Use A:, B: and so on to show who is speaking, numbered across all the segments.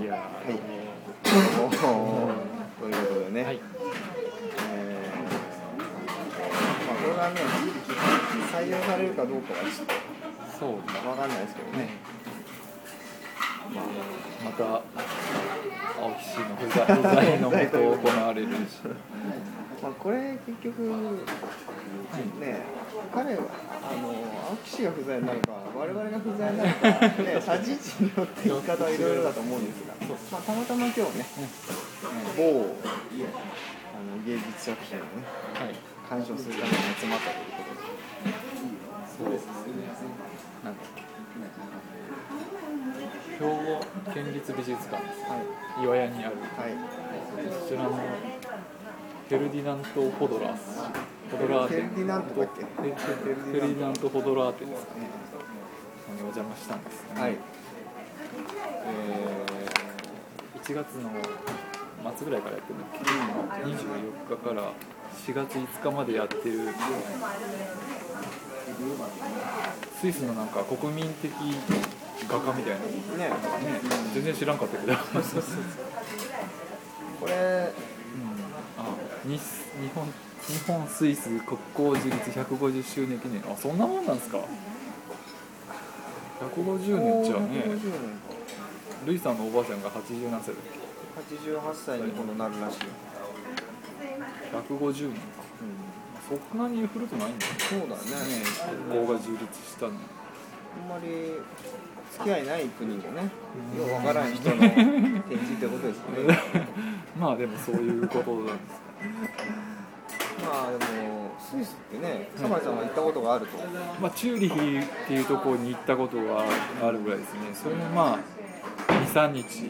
A: いや
B: はい ということでね、
A: ーはい
B: えーまあ、これがね採用されるかどうかはちょっ
A: そう
B: と分かんないですけどね、まあ
A: また青木氏の不在不在のもと行われるし
B: まあ、これ結局ね彼はあの青木氏が不在なのか我々が不在なのか、ね、 立ち位置によって言い方はいろいろだと思うんですが、まあ、たまたま今日ね、某あの芸術作品をね
A: はい
B: 鑑賞するために集まったということで。
A: そうですねなんか兵庫県立美術館です
B: はい、
A: 岩屋にある
B: は
A: こちらのフェルディナント・ホドラースホドラーテ
B: フェルディナントだっけ
A: フェフェルディナント・ホドラーテですかお邪魔したんですね、
B: い、はい、
A: えー、1月の末ぐらいからやってるんだっけ24日から4月5日までやってるスイスのなんか国民的画家みたいな
B: ね、
A: 全然知らんかったけど、うん、あ
B: これ、
A: 日日本日本スイス国交樹立150周年記念あそんなもんなんですか150年じゃ
B: 150
A: ね
B: 年
A: ルイさんのおばあちゃんが80何歳だっけ
B: か、88歳に今度なるらしいよ。
A: 150年か
B: う
A: そんなに古くないんだよね
B: ん、そうだね。
A: 国交が樹立したの
B: あんまり付き合いない国のね、ようわからん人の展示ってことですよね。
A: まあでもそういうことなんですね
B: まあでもスイスってね、酒井さんが行ったことがあると。
A: まあチューリヒっていうところに行ったことがあるぐらいですねそれもまあ23日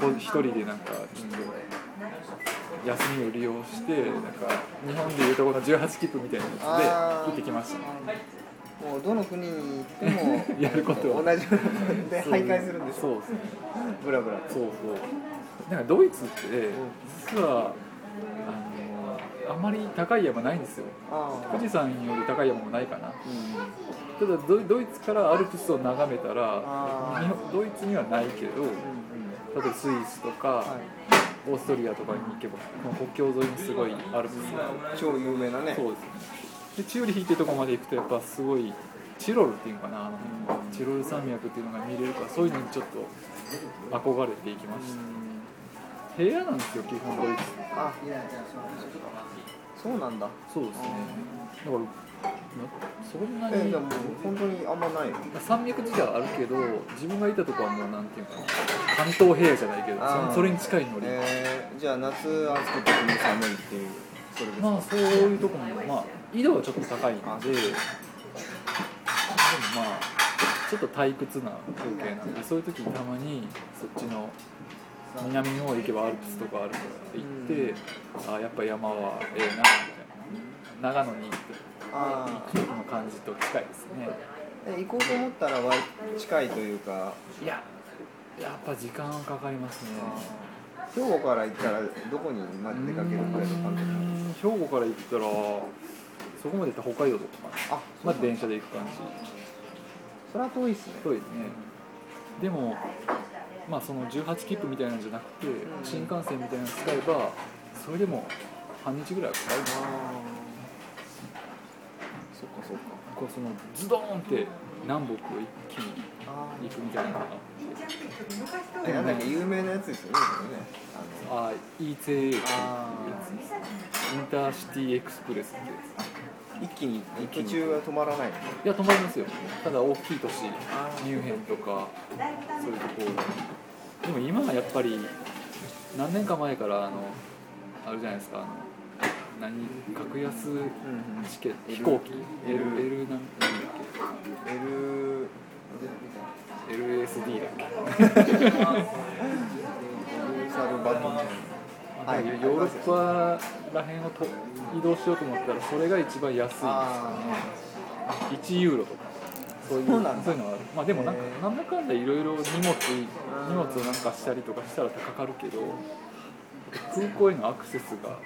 A: こ一人でなんかちょっと休みを利用してなんか日本でいうとこの18切符みたいなやつで
B: あー
A: 行ってきました
B: もうどの国に行って も
A: やることは
B: 同じようなことで徘徊するんです
A: そうそう
B: よ。
A: ですね
B: ブラブラ。
A: そうそうなんかドイツって実はあのあんまり高い山ないんですよ
B: ああ
A: 富士山より高い山もないかな
B: うん
A: ただドイドイツからアルプスを眺めたら
B: あー
A: 日本ドイツにはないけど例
B: は
A: えばスイスとかオーストリアとかに行けばまあ国境沿いにすごいアルプスがある
B: い、超有名なね
A: そうですねでチューリヒってとこまで行くとやっぱすごいチロルっていうのかなあのチロル山脈っていうのが見れるからそういうのにちょっと憧れていきました平野なんですよ基本ドイツ
B: あいやいやそうなんだ
A: そうですねだからなそんな
B: え
A: に
B: じゃあもう本当にあんまないの
A: 山脈自体はあるけど自分がいたとこはもうなんていうかな関東平野じゃないけどそ
B: あー
A: のそれに近いノリ、
B: えー、じゃあ夏暑くて冬寒いっていうそれです
A: まあそういうとこもまあ緯度はちょっと高いんででもまあ
B: あ
A: ちょっと退屈な風景なんでそういう時にたまにそっちの南の方行けばアルプスとかあるから行って、ああやっぱ山はええなみたいな長野に行って
B: あ
A: 行く時の感じと近いですね
B: ーえ行こうと思ったら割と近いというか
A: いややっぱ時間はかかりますね
B: 兵庫から行ったらどこにまで出かけるくらいの感じなんです
A: うーん兵庫から行ったらそこまで行ったら北海道とかかな
B: かあ
A: まあ
B: そうなんだ
A: 電車で行く感じ
B: それは遠いっすね
A: そうですねでもまあその18切符みたいなんじゃなくて
B: ん
A: 新幹線みたいなの使えばそれでも半日ぐらいはかかる
B: あーそっかそっか
A: こうそのズドーンって南北を一気に
B: あ
A: 行くみたいなのがあって
B: ーえなんだっけ有名なやつですよねこれねあの
A: ああ ETA っていうや
B: あ
A: つですインターシティエクスプレスってやつ
B: 一気に
A: 一気に
B: 途中は止まらない
A: いや、泊まりますよ。ただ大きい都市、ニ
B: あー
A: ューヘンとか、そういうところ。でも今はやっぱり、何年か前から、あの、あるじゃないですか、あの、何、格安
B: うんうん
A: チケット、
B: L
A: 飛行機、L、L
B: L
A: なんなんだっけ、
B: L
A: LSD だっけ。
B: サルバド
A: あ
B: はい
A: ヨーロッパら辺をと移動しようと思ったら、それが一番安いんですよね。1ユーロとかそういう
B: そうなんだ
A: いうのはあるまあでもなんか
B: へー
A: なんだかんだいろいろ荷物
B: ん
A: 荷物をなんかしたりとかしたらかかるけど空港へのアクセスが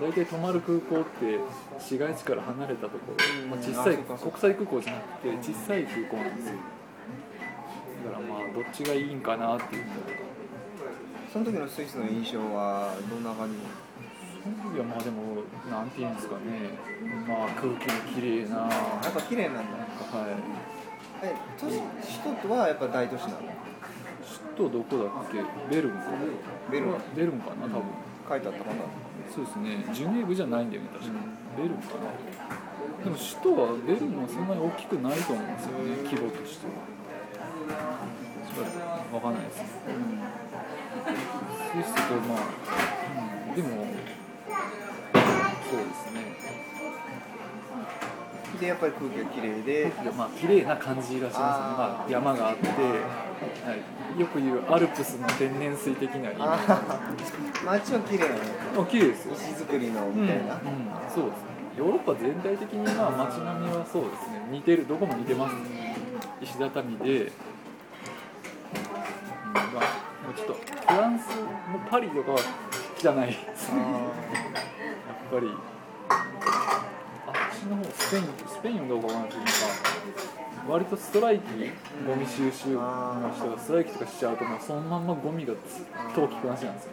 A: 大体泊まる空港って市街地から離れたところ、
B: うん
A: まあ、小さい
B: あそうかそ
A: 国
B: う
A: 際空港じゃなくて小さい空港なんですよだからまあどっちがいいんかなっていうの
B: その時のスイスの印象はどんな感じ
A: いやまあでもなんていうんですかねまあ空気も綺麗なは
B: やっぱ綺麗なんだ
A: い
B: え都市首都はやっぱ大都市なの
A: 首都どこだっけベルンか
B: ベルン
A: ベルンかな多分
B: 書いてあったかな
A: そうですねジュネーブじゃないんだよね確かベルンかなでも首都はベルンはそんなに大きくないと思うんですよね規模としてはそれわかんないですねスイスとまあ、うん、でもそうですね
B: でやっぱり空気が綺麗で
A: いやまあ綺麗な感じがしますね、まあ、山があって、はい、よく言うアルプスの天然水的なイメ
B: あ
A: ージ
B: あ街は綺麗なの
A: あ綺麗ですよ、
B: 石造りの
A: うんう
B: み
A: ん
B: たいな、、
A: そうですねヨーロッパ全体的にまあ街並みはそうですね似てるどこも似てます石畳で、うんまあ、でもちょっとフランスのパリとかは汚いですねやっぱりあっちの方スペインスペインがわからないというか割とストライキゴミ収集の人がストライキとかしちゃうともうそのまんまゴミがずっと大きくなしなんですよ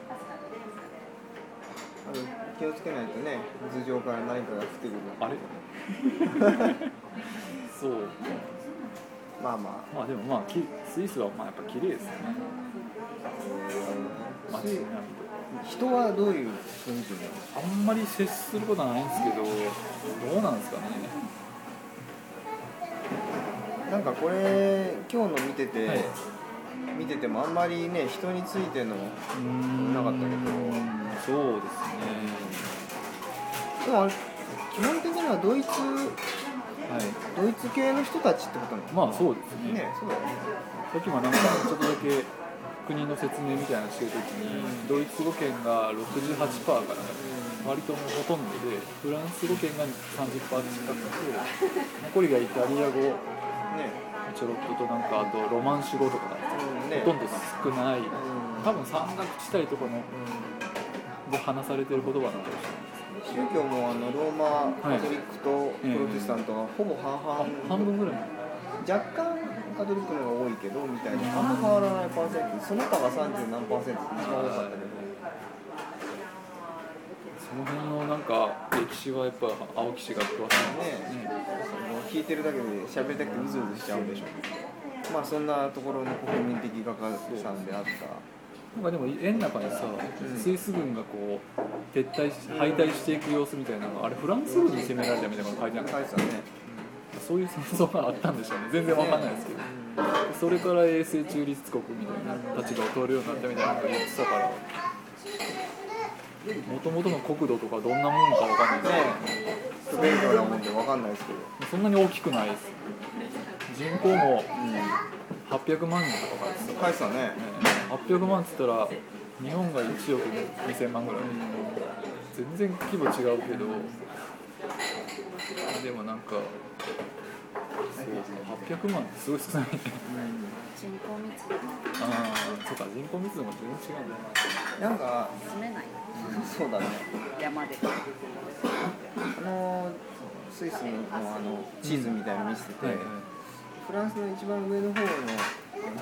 B: あの気をつけないとね頭上から何かが降ってくる
A: あれ そう
B: まあま
A: まあでもまあきスイスはまあやっぱ綺麗ですね
B: あ
A: 街並みとか
B: 人はどういう雰囲気なの
A: あんまり接することはないんですけどどうなんですかね
B: なんかこれ今日の見てて、
A: はい
B: 見ててもあんまりね人についてので
A: うん
B: なかったけど
A: そうです
B: もあれ基本的にはドイツ
A: ねはい
B: ドイツ系の人たちってことなの
A: まあそうですね
B: ねそうだよね
A: さっきもなんかちょっとだけ国の説明みたいなのしてるときにドイツ語圏が68%から割ともうほとんどでフランス語圏が30%近くて残りがイタリア語
B: ね
A: ちょろっととなんかあとロマンシュ語とか
B: うん
A: ほ
B: ね
A: とんど少ない
B: うん
A: 多分山岳地帯とかの
B: うん
A: で話されてる言葉なんだろうし
B: 宗教もあのローマカトリックと
A: い
B: プロテスタントはほぼ半々、
A: 半分ぐらい
B: 若干カトリックの方が多いけどみたいなあんま変わらないパーセントその他が30何パーセントって一番多かったけど
A: その辺のなんか歴史はやっぱ青木氏が詳しいですね
B: もう聞いてるだけで喋りたくてうずうずしちゃうんでしょまあそんなところの国民的画家さんであった
A: なんかでも円の中にさ、
B: ん
A: スイス軍がこう撤退し敗退していく様子みたいなのがあれフランス軍に攻められたみたいなのが書いてなかっ
B: 書いてたね
A: たそういう戦争があったんでしょうね全然わかんないですけど、それから永世中立国みたいな立場を取るようになったみたいなのが言ってたからもともとの国土とかどんなものかわかんないですけど
B: ね不勉強なもんでわかんないですけど
A: そんなに大きくないです人口も800万人とかですよね
B: 書いてたね
A: 800万っつったら日本が1億2000万ぐらい全然規模違うけどでもなんかそう800万ってすごい少ないね
C: 人口密度が
A: ああそうか人口密度も全然違うんだ
B: なんか
C: 住めない
B: そうだね
C: 山で
B: あのスイスのあの地図みたいの見せてて、
A: はいはい
B: フランスの一番上の方の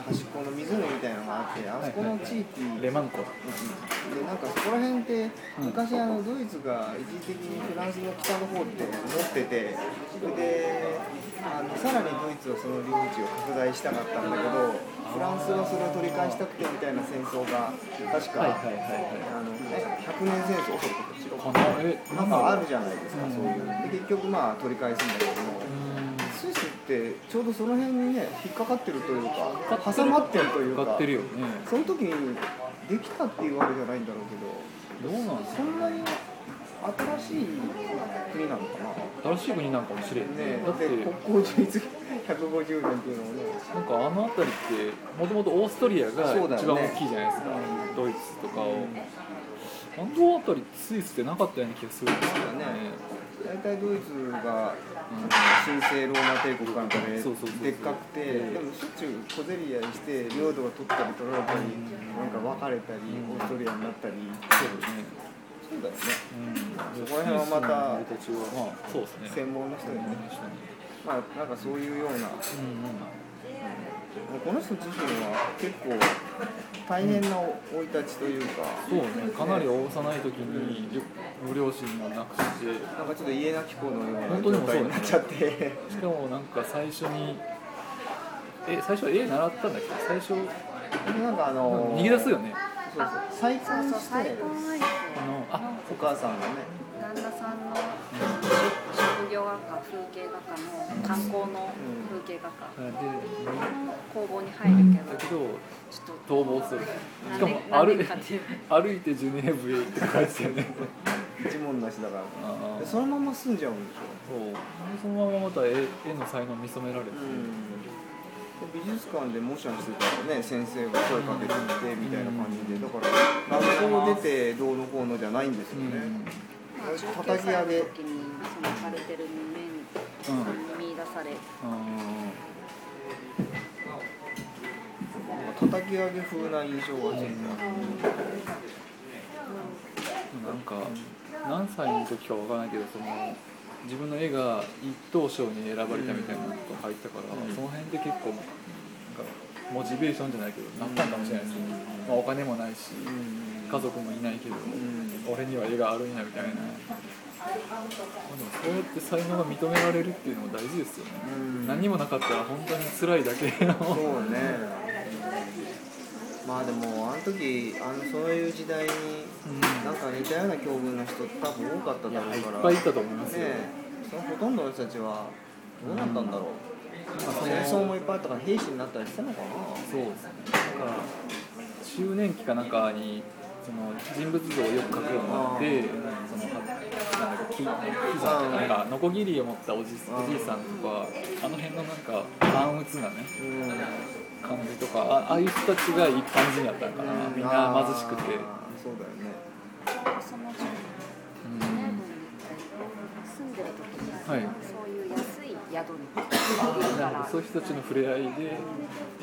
B: 端っこの湖みたいのがあってあそこの地域、
A: レマンコ
B: でなんかそこら辺って昔あのドイツが一時的にフランスの北の方って持っててそれであのさらにドイツはその領地を拡大したかったんだけどフランスはそれを取り返したくてみたいな戦争が確か、
A: はいはいはいは
B: あのね100年戦争とか
A: いこのえ
B: なんかあるじゃないですか、
A: うん
B: そういうで結局まあ取り返すんだけども、
A: う
B: スイスってちょうどその辺にね引っかかってるという
A: かか
B: か
A: ってる
B: 挟まってるとい
A: ん
B: う
A: 買
B: か
A: ってるよね
B: その時にできたっていうわけじゃないんだろうけど。
A: どうなんです
B: そ
A: か
B: んなに新しい国なのかなね
A: 新しい国なんかもしれんね
B: え
A: だ
B: だ
A: っ
B: ってて国交樹立150年っていうのもね
A: なんかあの辺りってもともとオーストリアが
B: そうだよ
A: 一番大
B: ね
A: きいじゃないですか、ドイツとかを、あの辺りスイスってなかったような気がするんですけどね
B: 大体ドイツが神聖ローマ帝国かなんかで
A: そうそうそうそう
B: でっかくてでもしょっちゅう小競り合いして領土が取ったり取られたりなんか分かれたりオーストリアになったり
A: そうですね
B: そうだよね
A: うん
B: そこら辺はまた
A: スイスの人たちはまあそうですね
B: 専門の人にね
A: うん
B: まあなんかそういうよう
A: う
B: な
A: ん
B: この人自身は結構大変な生い立ちというか、
A: そうねかなり幼い時に無両親も亡くして
B: なんかちょっと家なき子のような
A: 本当に
B: 状
A: もそうだね
B: 態になっちゃって、
A: しかもなんか最初にえ最初絵習ったんだっけ最初
B: なんかあの
A: 逃げ出すよね
B: そうそう再
C: そう
B: 婚
C: そう
B: し
C: 再
B: て
C: 婚
A: あ
C: 相
A: の
C: 手
A: あ
C: の
B: お母さんがね
C: 旦那さんの職業学科風景画科の観光の風景画科
A: で
C: の工房に入るけ
A: だ
C: ど
A: け
C: ち
A: ど
C: ょっ
A: 逃
C: と
A: 亡するしかも
C: 何
A: 歩い
C: 年かっていう
A: 歩いてジュネーブへ行って帰ってね
B: 一文なしだから
A: あ
B: で
A: あそ
B: そうのまま住んじゃうんでしょ
A: そのまままた絵絵の才能見初められて、
B: で美術館で模写してたらね先生が声かけてきてみたいな感じでだから学校出てどうのこうのじゃないんですよ
A: うん
B: ね、
C: まあ19歳の時にそのカルテルに目に見出され
A: あ
B: 叩き上げ風な印象がつい
C: うんうん
A: あなんか何歳の時かわからないけどその自分の絵が一等賞に選ばれたみたいなことが入ったから、
B: うん
A: その辺で結構なんかモチベーションじゃないけどなったんかもしれないですね、まあ、お金もないし家族もいないけど、
B: ん
A: 俺には絵があるんやみたいな、まあ、でもそうやって才能が認められるっていうのも大事ですよね、
B: うん
A: 何もなかったら本当に辛いだけの
B: そうねまあでもあの時あのそういう時代に
A: うん
B: なんか似たような境遇の人多分多かっただろう
A: いっ
B: から
A: ぱいい
B: ね
A: たと思いますよ、
B: えそのほとんどの人たちはどうなったんだろう、
A: まあその
B: 戦争もいっぱいあったから兵士になったりしたのかな
A: そうですねなんか中年期かなんかにその人物像をよく描くようになってそのはなんだっけ木木じゃなくてなんかノコギリを持ったおじ
B: うん
A: おじいさんとかあの辺のなんか暗鬱なね
B: うん
A: 感じとかあああいう人たちが一般人やったんかなみんな貧しくて、
B: あーそうだよね
C: その
A: うん
C: ジュネーブに住んでる時に、
A: はい
C: そういう安い宿に行くか
A: なん
C: ら
A: かそういう人たちの触れ合いで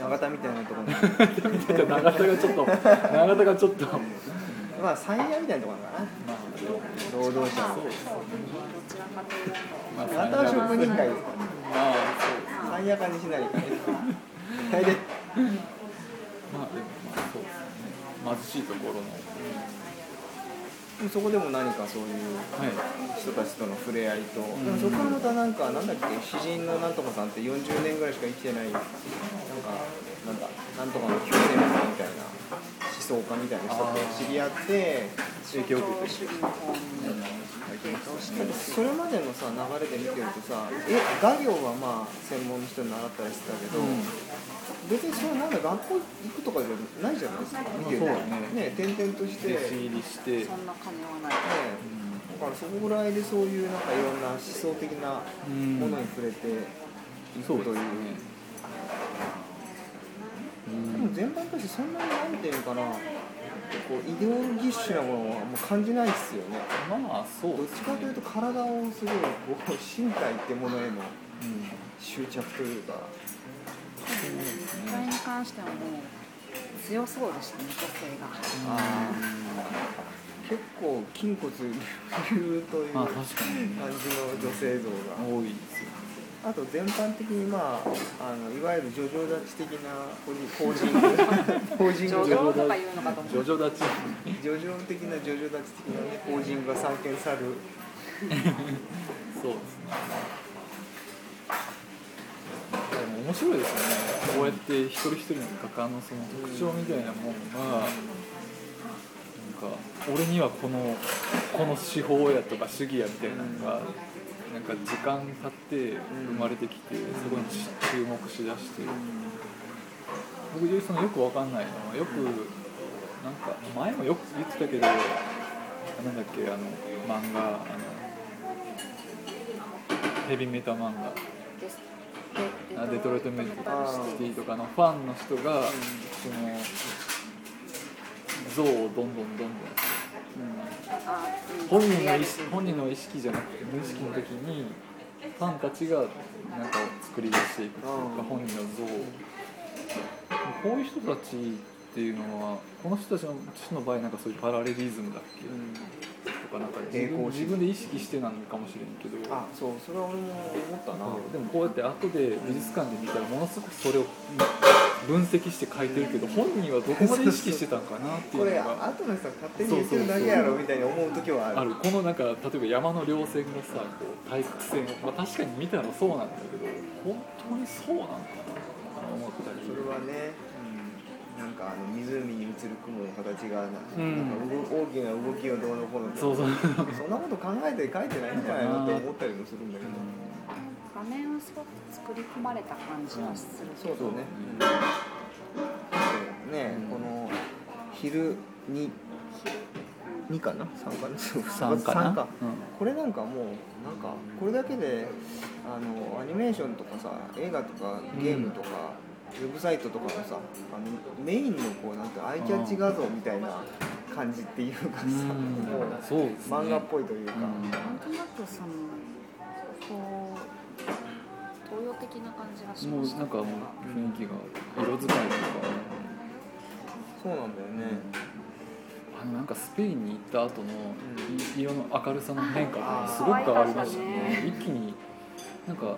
B: 永田みたいなところに
A: なんか長田がちょっと長田がちょっとま
B: まあ山屋みたいなところか
A: あ
B: な労働者
A: そうですね
C: どちらかというと
A: まあ
B: 永田は職人会ですか
A: まあそうですね
B: ら山屋か西成 か大体で
A: まあでもまあそうですね貧しいところの、
B: そこでも何かそういう
A: はい
B: 人たちとの触れ合いと、
A: ん
B: でもそこからまたなんかなんだっけ詩人のなんとかさんって40年ぐらいしか生きてないなんかなんだなんとかの宮殿さんみたいな思想家みたいな人と知り合って
A: 影響を受けて
C: 主義の方に影響してる
B: それまでのさ流れで見てるとさえ画業はまあ専門の人に習ったりしてたけど、別にそれなんだ学校行くとかじゃないじゃないですか見てると
A: まあそうだね
B: ね転々として、
A: 弟
B: ね、
A: 子入りして、
C: そんな金はな
B: だ
C: い
B: からそこぐらいでそういうなんかいろんな思想的な
A: うん
B: ものに触れて、
A: そうですねう
B: で
A: ん
B: も全般としてそんなになんていうのかなこうイデオギッシュなものはもう感じないですよね
A: まあそう
B: どっ
A: で
B: ち
A: す
B: かというと体をすごいこう身体ってものへの執着というか
C: 肉体に関してはもう強そうでしたね女
B: あー結構筋骨隆々という
A: まあ
B: 感
A: 確かに
B: じの女性像が
A: 多いですよ
B: あと全般的にまああのいわゆる叙情立ち的な ポジポージングポージング
C: ジョジョ
B: が
C: とか言うのかと思
A: ジョジョ立ち
B: 叙情的な叙情立ち的なねポージングが散見される
A: そうですねでも面白いですよねこうやって一人一人の画家のその特徴みたいなものが、なんか俺にはこのこの手法やとか主義やみたいなのが、なんか時間経って生まれてきて、そこに注目しだして、僕ジェイさんがよくわかんないのはよくなんか前もよく言ってたけどなんだっけあの漫画あのヘビメタ漫画あ
C: 性が
A: デトロイトメ
C: シテ
A: シティとかのファンの人が、その像をどんどんどんどん本人の意識本人の意識じゃなくて無意識の時にファンたちがなんか作り出していくという
B: う
A: か本
B: ん
A: 人の像をこういう人たちっていうのはこの人たちの人の場合なんかそういうパラレリズムだっけ、とかなんか自
B: 平
A: 分
B: 行
A: 自
B: 線
A: 分で意識してなんかもしれんけど
B: あそうそれは俺も思ったな
A: でもこうやって後で美術館で見たらものすごくそれを分析して書いてるけど本人はどこまで意識してたんかなっていうの
B: これ
A: が
B: 後の人が勝手に言ってるだけやろみたいに思う時はある
A: あるこのなんか例えば山の稜線がさこう対角線を、まあ、確かに見たらそうなんだけど本当にそうなんかなと思ったり
B: それはね、うん、なんかあの湖に映る雲の形がな,、
A: うん
B: ん、か動大きな動きをどうのこうのって
A: そうそう
B: そんなこと考えて書いてないんじゃないのって思ったりもするんだけど、
C: 画面はすごく作り込まれた感じはするけ
B: そう
C: ど、
B: そうね、うん、ね、この昼に2かな3かな
A: 三かな
B: 三か
A: うん
B: これなんかもうなんかこれだけであのアニメーションとかさ映画とかゲームとか、ウェブサイトとかのさあのメインのこうなんてアイキャッチ画像みたいな感じっていうかさ、
A: うん
B: もう
A: そうですね
B: 漫画っぽいというか、
C: なんとなくそのこう東洋的な感じがし
A: も
C: ま
A: う
C: した
A: なんかもう雰囲気がある色使いとか
B: そうなんだよね、
A: あのなんかスペインに行った後の
B: う
A: 色の明るさの変化が
B: あー
A: すごく変わりました
C: 可愛かっ
A: ね
C: た
A: 一気になんか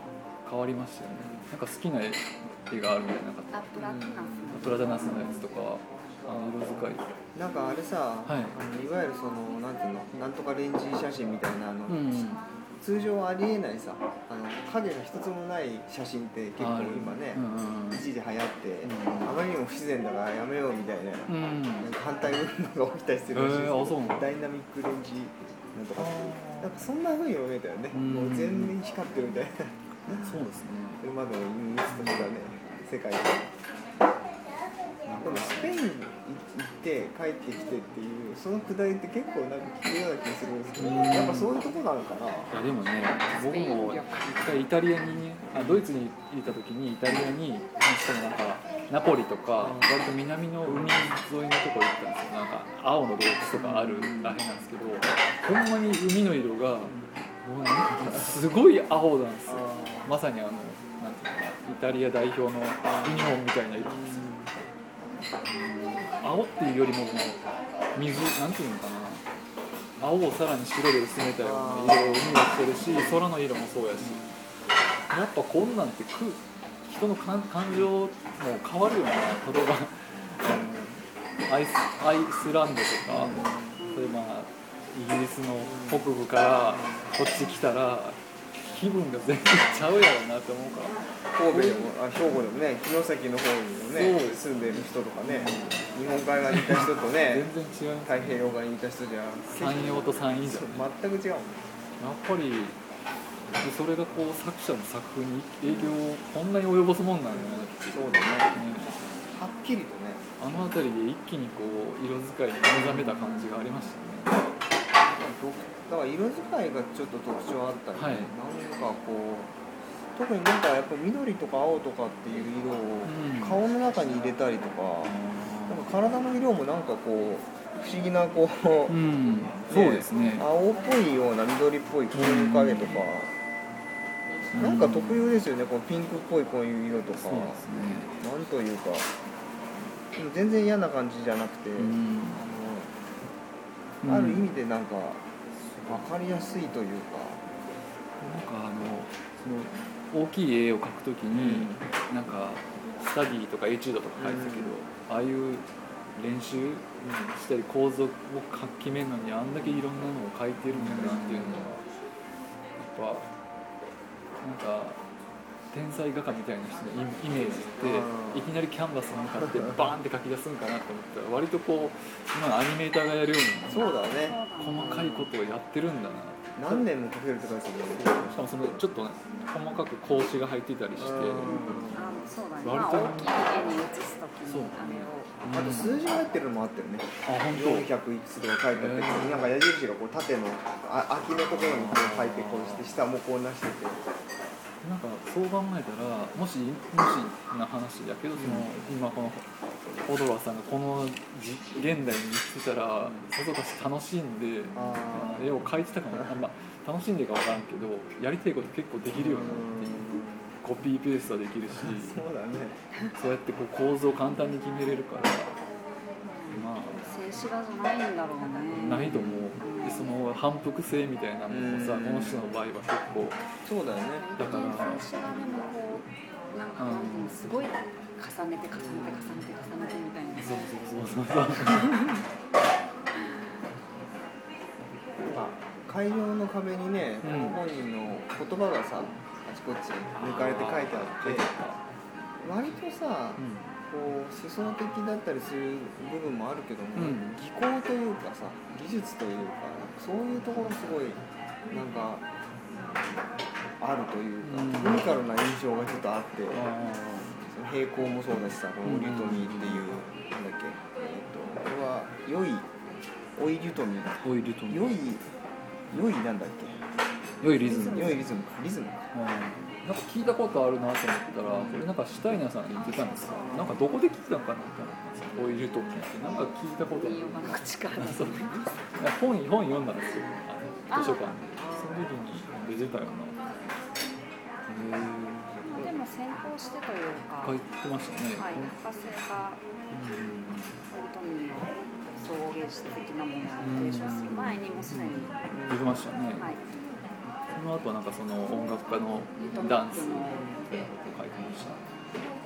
A: 変わりましたよねなんか好きな絵があるみたいなかった
C: あプラティナスの
A: プラダナスのやつとかあの色使い
B: なんかあれさ、
A: はい
B: あのいわゆるそのなんていうのなんとかレンジ写真みたいなあの、
A: うん
B: 通常ありえないさあの影が一つもない写真って結構今ね、
A: うんうん
B: 一時流行って、
A: うん
B: あまりにも不自然だからやめようみたいな,、
A: うんうん
B: なんか反対運動が起きたりするらしいです
A: へーあそうなんだ
B: ダイナミックレンジなんとかっていうなんかそんな風にも見えたよね、
A: うん
B: もう全面光ってるみたいな
A: そうですね
B: 今のイギリスとかね世界ででもスペイン行って帰ってきてっていうそのくだりって結構なんか聞くような気がするんですけど、
A: うん
B: やっぱそういうとこなのかない
A: やでもね僕も一回イタリアにねあドイツにいた時にイタリアにしかもなんかナポリとか割と南の海沿いのとこ行ったんですよなんか青の洞窟とかあるらへんなんですけどほんまに海の色がもうなんかすごい青なんですよまさにあのなんていうのかなイタリア代表のユニフォームみたいな色なんですよ青っていうよりももう水なんていうのかな青をさらに白で薄めたような色を海がしてるし空の色もそうやしやっぱこんなんってく人の感感情も変わるよな例えばあのアイスアイスランドとか例えばイギリスの北部からこっち来たら気分が全然ちゃうやろうなって思うから。
B: 神戸でもあ兵庫でもね城崎の方にも
A: そう
B: ね
A: です
B: 住んでる人とかね日本海側にいた人とね
A: 全然違う
B: 太平洋側にいた人じゃ
A: 山陽と山陰じゃない
B: 全く違うもん
A: やっぱりでそれがこう作者の作風に影響をこんなに及ぼすもんなんだなっていう
B: そうだ
A: ね
B: ねはっきりとね
A: あの辺りで一気にこう色使いに目覚めた感じがありましたね
B: だから色使いがちょっと特徴あった
A: は
B: り、
A: い
B: なんかこう特になんかやっぱ緑とか青とかっていう色
A: うん
B: を顔の中に入れたりとか、なんか体の色もなんかこう不思議なこう、
A: うんそうですね
B: 青っぽいような緑っぽいこういう影とか、なんか特有ですよねこうピンクっぽいこういう色とか、
A: そうですね
B: なんというかでも全然嫌な感じじゃなくて、
A: うん
B: あのある意味でなんか分かりやすいというか。
A: なんかあのその大きい絵を描くときに、なんかスタディとかエチュードとか書いてたけど、ああいう練習したり構造を書き決めるのにあんだけいろんなのを書いてるんだなっていうのはやっぱなんか天才画家みたいな人のイイメージっ
B: うん
A: ていきなりキャンバスに向かってバーンって書き出すんかなと思ったら割とこう今のアニメーターがやるよう
B: そうだね。
A: に細かいことをやってるんだな
B: 何年もかけるって書いてあるよね
A: しかもそのちょっとね細かく格子が入っていたりして、
B: うん
C: あのそうだね、
A: 割
C: まあ、
A: と
C: 大きい絵に写すとき
A: そう
C: にあ
B: あ
C: れを
B: と数字が入ってるのもあってるね。
A: あ本当
B: 400いくつとか書いてあって、
A: へ
B: なんか矢印がこう縦のあ空きのところにこう書いてこうして下もこうなしてて。
A: なんかそう考えたらもしもしな話やけどその、今このオドラさんがこのじ現代に生きてたらさぞかし楽しんで
B: あー
A: 絵を描いてたかもあんま楽しんでか分からんけどやりたいこと結構できるようになってコピーペーストはできるし
B: そうだね。
A: そうやってこう構造を簡単に決めれるからまあ
C: 静止画じゃないんだろうね
A: ないと思うでその反復性みたいなのもさ
B: うん
A: この人の場合は結構
B: そうだよね。
A: だから
C: 静止画でもこうなんか、
A: うん
C: すごい重ねて重ねて重ねて重ねてみたいな
A: そうそうそうそう
B: まあ会場の壁にね、
A: うん
B: 本人の言葉がさあちこち抜かれて書いてあって割とさ、こう思想的だったりする部分もあるけども、
A: うん
B: 技巧というかさ技術というかそういうところすごいなんかあるというか、
A: うん
B: テクニカルな印象がちょっとあって、
A: うん
B: その平行もそうだしさこのリュトミーっていう、なんだっけえっ、とこれは良い追いリュトミーだ
A: オイルと
B: 良い良いなんだっ
A: 良いリ
B: け
A: ズム
B: 良いリズムかリズムか
A: うんなんか聞いたことあるなと思ったら、これなんかシュタイナーさんに言ってたんですかなんかどこで聞いたのかなって思ったんですよオイルトミーってなんか聞いたことある
C: 民謡版の口からです
A: そう本本読んだんですよあの図書館でその時に出てたよなへ
C: でも先行してというか、
A: え書いてましたね、
C: はい、博士が本当に総合芸術的なものを提唱する前にもうすでに、
A: う
C: は
A: ん出てましたね、
C: い、
A: その後はなんかその音楽家の
C: リトミ
A: ダ
C: ッ
A: ンス
C: ク
A: を
C: の
A: 書いてました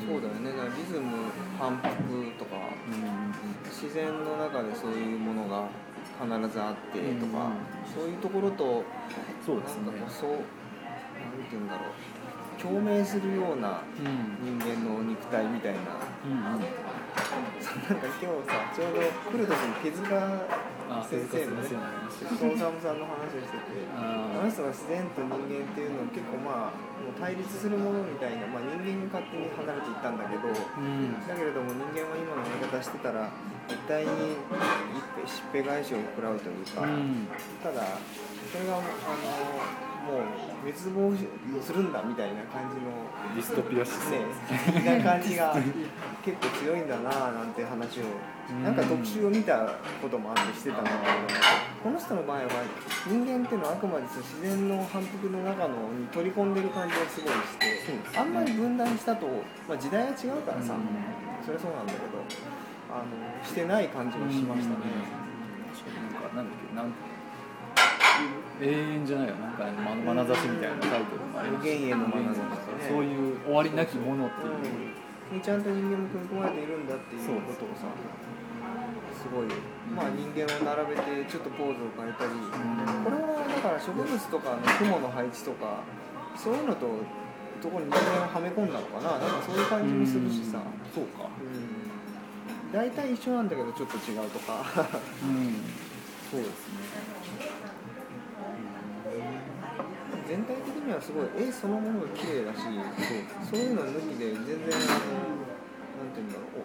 B: そうだよねだからリズム反復とか
A: うん
B: 自然の中でそういうものが必ずあってとか、
A: うん
B: そういうところと
A: そう
B: なん
A: で
B: か
A: す
B: こ
A: ね
B: うそうなんて言うんだろう共鳴するよう
A: う
B: な
A: んうん
B: 人間の肉体みたいな
A: うん
B: なんか今日さちょうど来る時に手塚
A: あ
B: 先生のね
A: 手塚先生の話
B: 手塚治虫さんの話をしてて
A: あ
B: あの人が自然と人間っていうのは結構まあもう対立するものみたいな、まあ、人間が勝手に離れていったんだけ
A: ー
B: ど
A: うん
B: だけれども人間は今のやり方してたら一体に一しっぺ返しを食らうというか、
A: うん
B: ただそれがあのもう滅亡するんだみたいな感じの
A: ディストピア思想
B: ねな感じが結構強いんだなぁなんて話を
A: うん
B: なんか特集を見たこともあってしてたんだけどこの人の場合は人間っていうのはあくまでその自然の反復の中のに取り込んでる感じがすごいして、あんまり分断したと、まあ、時代が違うからさ、それはそうなんだけどあのしてない感じ
A: う
B: は
A: ん
B: しましたね。
A: なんかなんだっけなん永遠じゃないよなんかねま眼差しみたいなタイトルもありま
B: 無
A: したね
B: 限への眼差しとかね
A: そういう終わりなきものっていう、
B: うん、ちゃんと人間も組み込まれているんだっていうことをさすごい、まあ、人間を並べてちょっとポーズを変えたり、これはだから植物とかの雲の配置とかそういうのとところに人間をはめ込んだのかななんかそういう感じもするしさ、
A: うんそうか
B: うん、大体一緒なんだけどちょっと違うとか
A: うんそうですね
B: 全体的にはすごい絵そのものが綺麗だしそういうの抜きで全然あのなんていうんだろう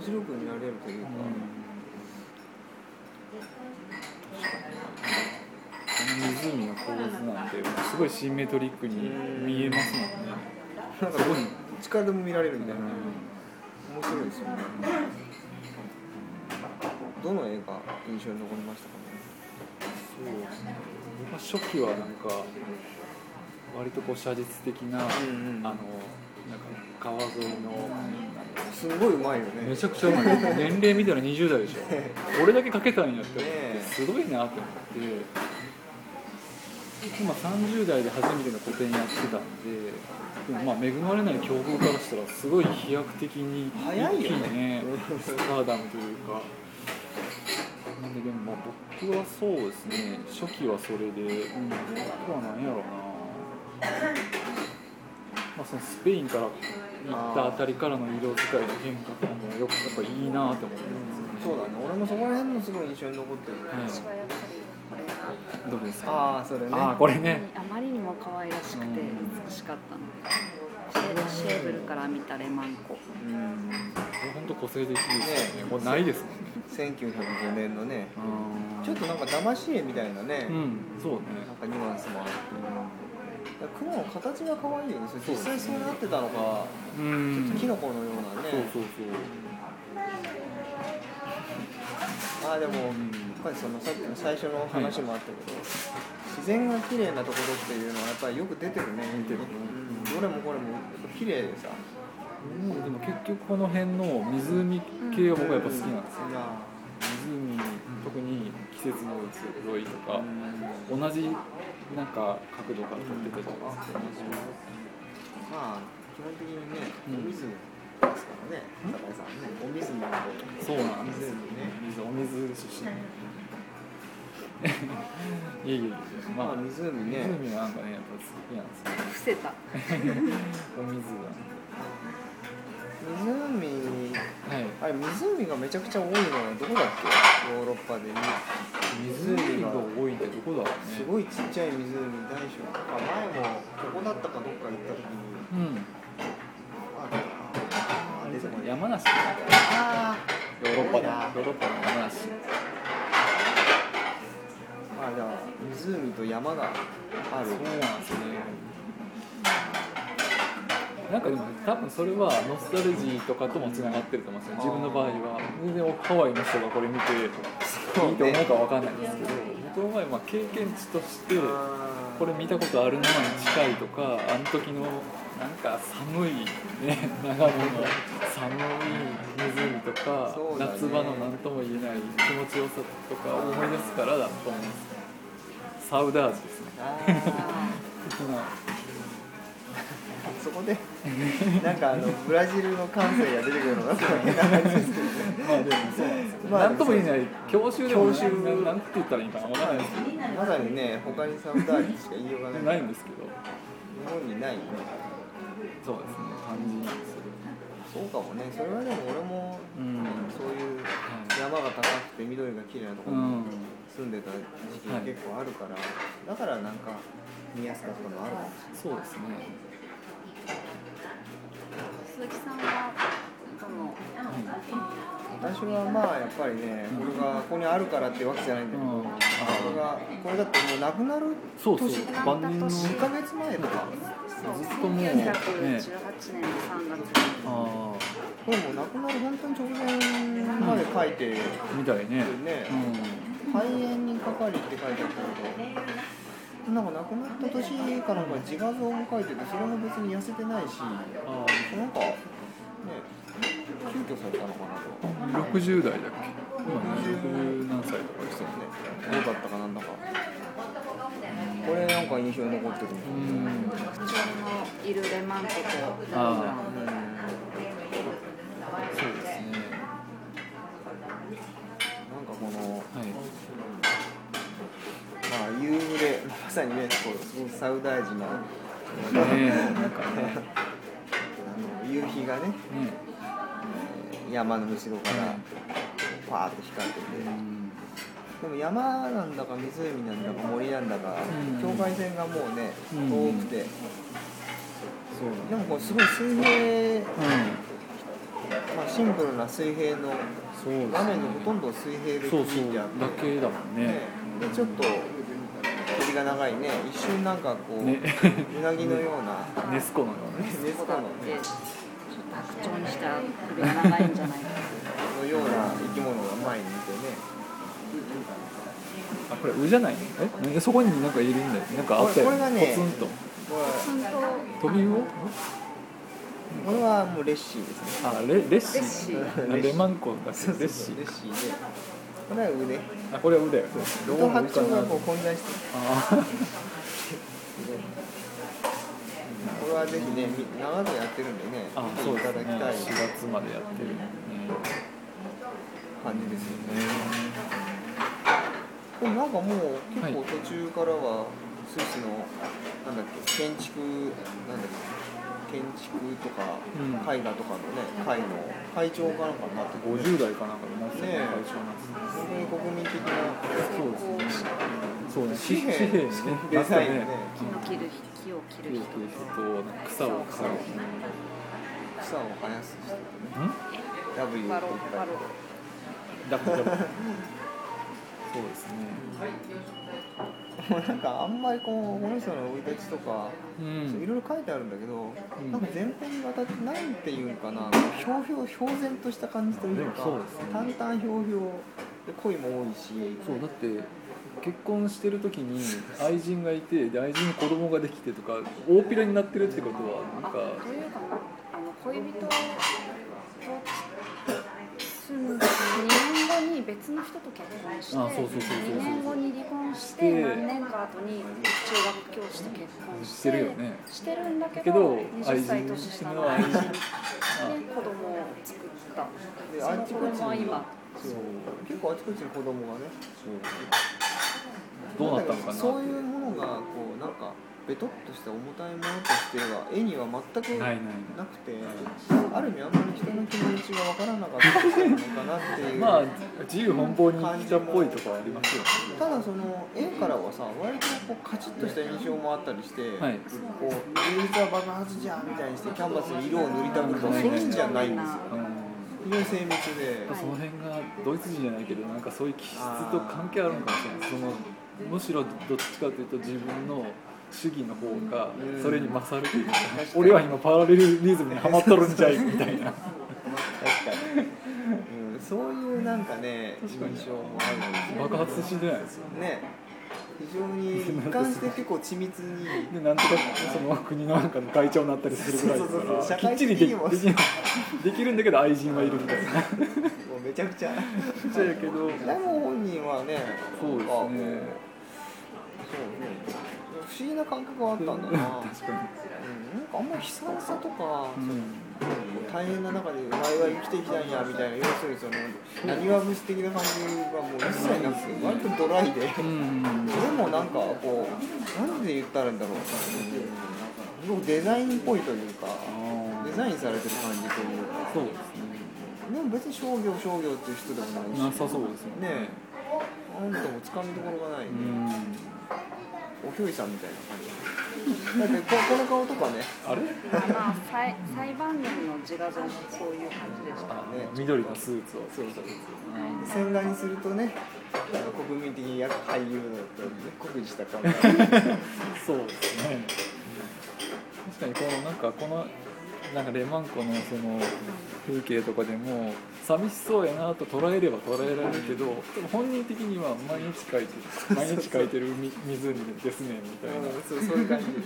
B: お面白く見られるというか。
A: この湖の構図なんてすごいシンメトリックに見えますもんね。
B: なんかどこに力でも見られるみたいな、面白いですよね。どの映画印象に残りましたかね。
A: そう僕は初期はなんか割とこう写実的な、
B: んうん
A: あのなんか川沿いの、
B: すごいうまいよね。
A: めちゃくちゃうまい年齢見たら20代でしょ俺だけかけたんやって思っ
B: ね
A: て
B: え
A: すごいなって思って今30代で初めての個展やってたんででもまあ恵まれない境遇からしたらすごい飛躍的に
B: 早いよね
A: 一気にねスターダムというかなんででもまあ僕はそうですね初期はそれで、うん、あとは何やろうな、まあ、そのスペインから行ったあたりからの色使いの変化とかもよくやっぱいいなと思ってます
B: そ
A: よ
B: う
A: ね、
B: だね。俺もそこら辺のすごい印象に残ってる。
C: 私はやっぱりこ
A: う
C: れが
A: ん、どうですか
B: ああ、それね。
A: ああこれね
C: あまりにも可愛らしくて美しかったのでシェーブルから見たレマンコ
B: うん。
A: 本当個性的ですよね。もうないですもんね。
B: 1905年のね、ちょ
A: ょ
B: っとなんか騙し絵みたいなね、
A: うん、そうね。
B: なんかニュアンスもあって。だから雲の形が可愛いよね。それ実際そうなってたのか、
A: うん
B: キノコのようなね。
A: そうそう
B: あーでも、やっぱりそのさっきの最初の話もあったけど、自然が綺麗なところっていうのはやっぱりよく出てるね
A: 出てるね
B: うんどれもこれもやっぱ綺麗でさ
A: そう。でも結局この辺の湖系は僕はやっぱ好きなんですよ。
B: う
A: 湖
B: ん
A: に特に季節の移ろいと
B: う
A: か、
B: ん
A: 同じなんか角度から撮ってたじゃないですか。
B: まあ基本的にね、
A: うん
B: お水ですからね、酒井さんね、お水飲んで、
A: そうなんですよね
B: ね。
A: 水お水ですしね。 いえいえいえ、
B: ま
A: ま
B: あ
A: あ
B: 湖ね、
A: 湖なんかねやっぱ好きなんですよ。
C: 伏せ た。
A: お水
B: 湖、
A: が。はい。
B: あれ湖がめちゃくちゃ多いのはどこだっけ？ヨーロッパでね、
A: 湖が多いってどこだろうね。
B: す
A: い。
B: ごいちっちゃい湖大小。あ前もここだったかどっか行った時に、
A: うん。
B: ああ出てこない。
A: 山梨。
B: あ
A: ヨーロッパ
B: いいな
A: だ。ヨーロッパの山梨。
B: あ、あれだ、湖と山がある
A: そう。なんですね。なんかでも多分それはノスタルジーとかともつながってると思うんですよ自分の場合は全然ハワイの人がこれ見ていいと思うかわかんないんですけど僕の場合はまあ経験値として
B: あー
A: これ見たことあるなに近いとかあの時のなんか寒いね 長野の寒い湖とか、
B: そうだね
A: 夏場の何とも言えない気持ちよさとか思い出すからだと思うんですサウダージですね
B: あーそこで なんかあのブラジルの感性が出てくるのが変な感じですけどね。
A: まあでもそうなんですよ、
B: まあ
A: なんとも言えない教習でも
B: 教習
A: なんなんて言ったらいいかわからないですけ
B: まさにね他にサウダージしか言いようが
A: ど
B: な。
A: ないいんですけど
B: 日本にないね。
A: そうですね感じなんですよ
B: そうかもね。それはでも俺も
A: うん
B: そういう山が高くて緑が綺麗なとこ
A: う
B: ろに
A: ん
B: 住んでた時期が結構あるから、だからなんか見やすかったのあるかもし
A: そうですね
C: 鈴木さんはどの
B: れない。私はまあやっぱりね、これがここにあるからってわけじゃないんだ
A: う
B: けど、
A: ん
B: こ
A: あ
B: れがこれだってもうなくなる
A: そうそう
B: 年
A: 晩年の
B: 2ヶ月前とか。
C: そう
A: ずっともう
C: 1918年の3月に
A: あ
B: これもう亡くなる本当に直前まで書いてる
A: あみたいね
B: ね、
A: う
B: 肺炎にかかりって書いてあったけどなんか亡くなった年かなんか自画像も書いててそれも別に痩せてないしなん
A: ん
B: か
A: あ
B: ね急遽されたのかなとね
A: あ60代だっけ今60何歳とかですよね
B: どうだったかなんだかこれなんか印象に残ってる
A: う
B: もん
A: ん
C: 特徴のいるレマントとダ
A: そ
C: ブラン
A: うですね
B: なんかこの
A: はい
B: まあ夕暮れまさにねこうすごくサウダージのあ
A: ねえなんかね
B: の夕日がね
A: ね
B: 山の後ろからパーッと光ってて
A: うん
B: でも山なんだか湖なんだか森なんだか、
A: うん
B: 境界線がもうね
A: うん
B: 遠くて、
A: そうだ
B: でもこれすごい水平、
A: うん
B: まあ、シンプルな水平の
A: そうですね
B: 画面のほとんどを水平で
A: そうそう
B: 切ってあって
A: だけだもんね
B: ねでちょっと鳥が長いね一瞬なんかこう、
A: ね
B: うなぎのような
A: ネスコのようなね
B: ネスコの
C: トでちょっと白鳥にしたら首が長いんじゃないか
B: のような生き物が前にいてね
A: あこれうじゃないえそこになんかいるんだよねなんかあったよ
B: これこれがね
A: ポツンと
B: これ
C: 本
A: 飛び魚
B: これはもうレッシーですね
A: あレレッシ
C: レッシ
A: ー
C: ー
A: あレマンコだし
B: そう
A: レ
B: そう
A: ッシ
B: そ
A: ー
B: うレッシーでこれは腕
A: あこれはうだよ
B: ずっと白鳥がこう混在してる
A: あ
B: これはぜひねみ長野やってるんでね
A: あ
B: 見て
A: そう
B: い
A: で
B: た
A: す
B: だ
A: ね
B: きたい
A: 4月までやってるね
B: 感じですよねでもなんかもう結構途中からはスイスのなんだっけ建築なんだっけ建築とか
A: うん
B: 絵画とかのね会の会長かなんかになってて
A: 50代かなんかでなってた
B: ねえ
A: ね会長なんですね
B: 本当に国民的な
A: そうですねそうね
B: 紙
A: 紙
B: 幣
A: 幣ね
B: デザインね
A: なんか
C: 当木の切る木を切
A: 木を
C: る人
A: 切る人なんか草を草を
B: 草を生やす人とね
A: ん
B: W
C: バ
B: を
C: ロ
B: 取った
C: バ
B: り
C: ロ
A: だからそうですね
B: でもなんかあんまりこうこの人の生い立ちとか
A: う
B: い
A: ん
B: ろいろ書いてあるんだけど、
A: ん
B: なんか全編にわたってないっていうかな、ひょうひょう、ひょう然とした感じというか、
A: でもそうですね
B: 淡々ひょうひょうで恋も多いし、
A: そうだって結婚してる時に愛人がいてで愛人に子供ができてとか大ピラになってるってことは
C: あ
A: なん
C: と
A: か
C: いうかなあの恋人と住んで2年後に別別の人と結婚して
A: あそうそうそうそう
C: 2年後に離婚し
A: し
C: て
A: て
C: 何年か後に中学教師と結婚して
A: してるよね
C: してるんだけど
A: けど
C: 20歳年下の愛
A: 愛
C: 人
A: 人
C: で
A: の
C: 子供を作った
B: で
C: そ
B: あ
C: の
B: っ
C: 子
B: ちこっち
C: 供は
B: に
C: 今
B: そう結構あちこちに子供がね
A: どうなったのかな
B: そういうものがこうなんかベトっとした重たいものとしては絵には全く
A: ないない
B: なくてある意味あんまり人の気持ちが分からなかったのかなって いう、
A: まあ自由奔放に生きたっぽいとこはありますよね
B: ただその絵からはさ割とこうカチッとした印象もあったりして、
A: はい
B: こう芸術は爆発じゃんみたいにしてキャンバスに色を塗りたくるとそういうんじゃないんですよ
A: うん
B: 非常に精密で、
A: その辺がドイツ人じゃないけどなんかそういう気質と関係あるのかもしれないそのむしろどっちかというと自分の主義の方がそれに勝るというか
B: 確かに
A: 俺は今パラレルリズムにハマっとるんじゃいみたい な
B: 確かに、うん、そういうなんかね印
A: 確かに
B: 象もあるんですよ
A: 爆発してないですよ
B: ね非常に一貫して結構緻密に
A: でなんとかその国のなんかの会長になったりするぐらいだ
B: そうそうそう社
A: からき
B: 会
A: っちり
B: 的
A: で
B: に
A: き
B: も
A: できできるんだけど愛人はいるみたいな
B: もうめちゃくちゃ
A: そうやけど
B: でも本人はね
A: そうですね
B: なんかこうそうね不思議な感覚はあったんだな、うん、なんか
A: 確か
B: あんまり悲惨さとか、
A: に、うん
B: 大変な中で我々生きていきたいんやみたいな要するにそのなにわ節的な感じはもう一切なくて割とドライで
A: う
B: で
A: ん、
B: もなんかこうなんで言ったらいいんだろうすごくデザインっぽいというか
A: あ
B: デザインされてる感じというか
A: そうです
B: でも別に商業商業っていう人でもない
A: ね
B: し
A: なさそうですよね
B: ねえあんたもつかみどころがない、
A: うん
B: おひょいさんみたいな感じだってここの顔とかね
A: あれ
C: まあ裁裁判員の自画像もそういう感じでした
B: ね
A: 緑のスーツを
B: そうそう洗顔にするとねあの国民的役俳優だったんでね酷似した顔が
A: そうですね確かにこのなんかこのなんかレマンコのその風景とかでも寂しそうやなと捉えれば捉えられるけどでも本人的には毎日描いてる毎日描いてるみ湖ですねみたいな
B: うんそうそういう感じ、うん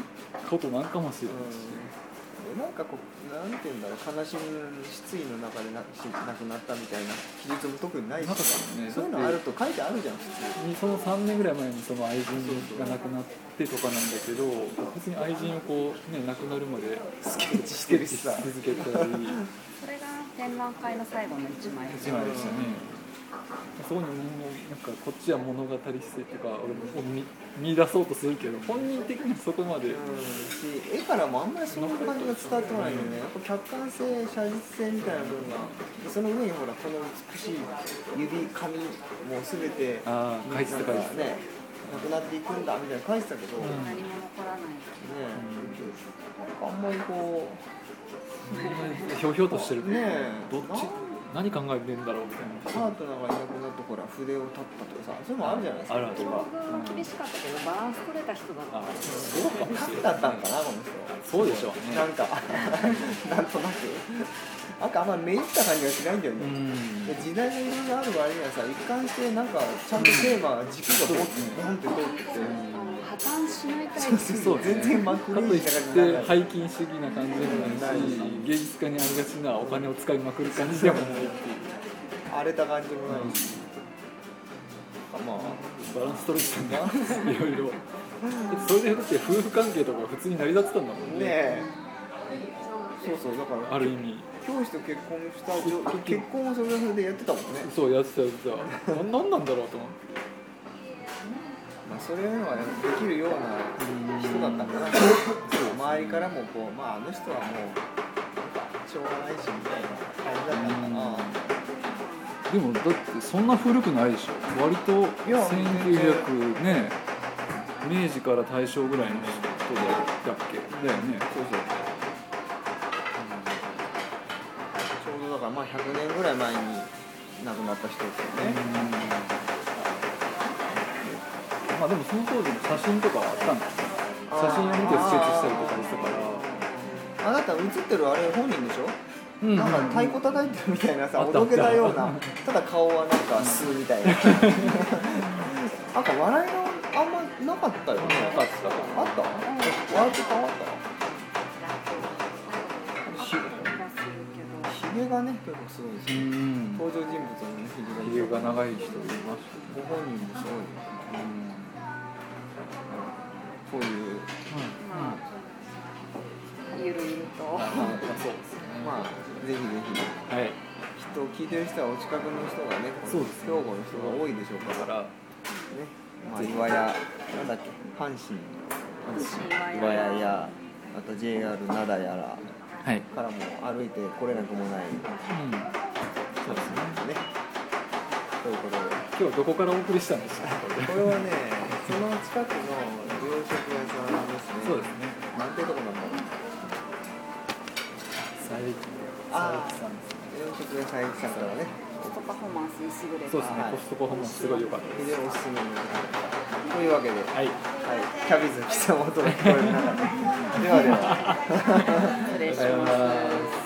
A: ことなんかもしれないし、
B: なんかこうなんて言うんだろう悲しみ失意の中でなし亡くなったみたいな記述も特にないし
A: なかったね
B: そういうのあると書いてあるじゃん普通
A: にその3年ぐらい前にその愛人が亡くなってとかなんだけど別に愛人をこうね亡くなるまで
B: スケッチしてるしさ
A: 続けたり
C: それが展覧会の最後の一枚
A: じゃないですよね。そこにもうなんかこっちは物語性とか俺も見見出そうとするけど本人的にはそこまで
B: うんし絵からもあんまりそんな感じが伝わってこないよねやっぱ客観性写実性みたいな部分がその上にほらこの美しい指紙もう全て
A: ああ書いて
B: な
A: た
B: ん
A: 書い
B: か
A: てた
B: ねなくなっていくんだみたいな書いてたけど、ね
C: 何も残らない
B: なんかあんまりこ
A: ひょうひょうとしてる
B: うねえ
A: どっち何考えてんだろうみたい
B: パ
A: な
B: ートナーがいなくなってほら筆を立ったとかさそれもあるじゃないです
A: あ
B: か
A: るある
C: 境遇は厳しかったけどバランス取れた人だった
A: あそうかもしれない
B: 楽だったのかなこの
A: そうでしょう
B: 人
A: ね
B: なんか なんとなくなんかあんまり目いった感じがしないんだよね、
A: うん
B: 時代がいろいろある割にはさ一貫してなんかちゃんとテーマ軸がボンってボンって通ってて、
C: あの破綻しないタイプ
A: そうね
B: 全然真っ
A: か
B: 黒
A: とい
B: い
A: っ
B: 社会
A: て
B: にならない
A: 背金主義な感じでもないし芸術家にありがちなお金を使いまくる感じでもないっていう
B: 荒れた感じもないし、まあ
A: バランス取れてたんだいろいろそれでだって夫婦関係とか普通に成り立ってたんだもんね
B: ねえそうそうだから
A: ある意味
B: 教師と結婚した女結婚もそれはそれでやってたもんね、
A: そうやってたやってたななんなんだろうと思って
B: まあ、それはできるような人だったかな周りからもこうまああの人はもうしょうがないしみたいな感じだったのかな、
A: でもだってそんな古くないでしょ割と
B: いや
A: 1900ね明治から大正ぐらいの人だったっけだよね
B: そうそうちょうどだからまあ100年ぐらい前に亡くなった人ですよね、
A: まあでもその当時の写真とかはあったんですよ写真を見てスケッチしたりとかしたから
B: あなた写ってるあれ本人でしょ、
A: うん
B: なんか太鼓叩いてるみたいなさ
A: あっ
B: お
A: たあっ
B: ど
A: た
B: けたようなただ顔はなんか素 みたいななんか笑いがあんまなかったよね
A: なかったか
B: あった笑ってたあった
C: だとあった気がするけど
B: ひげれがね結構すごいですよ、
A: ん
B: 登場人物のね
A: ひ
B: ひげ
A: げ
B: が
A: が
B: 長い
A: 長い人いまし
B: ご本人もすごい
A: たね
B: こういう
A: うん
C: まあゆるゆると
B: あの
A: そうですね
B: まあぜひぜひ
A: はい
B: きっと聞いてる人はお近くの人がね
A: そうです
B: 兵庫の人が多いでしょうか
A: だ
B: ら
A: から
B: ね、まあ、岩屋なんだっけ阪神岩
C: 岩
B: 屋
C: 屋
B: やあと JR 灘やら
A: はい
B: からも歩いて来れなくもないね
A: うんそうですね
B: ということで
A: 今日はどこからお送りしたんですかこれ
B: これはねその近くの洋食屋さんですね
A: そうですね
B: なんていうとこなんだろう
A: 佐伯
B: あー
A: 佐伯さんですね
B: 洋食屋さんさんからね
C: コストパフォーマンスに優れた
A: そうですね
B: はい
A: コストパフォーマンスすごい良かったで
B: 非常におすすめのというわけで、はい
A: すはい
B: キャビズ貴様との聞こえる中でではでは
C: 失礼し
A: ありがとうござい
C: ま
A: ます
C: す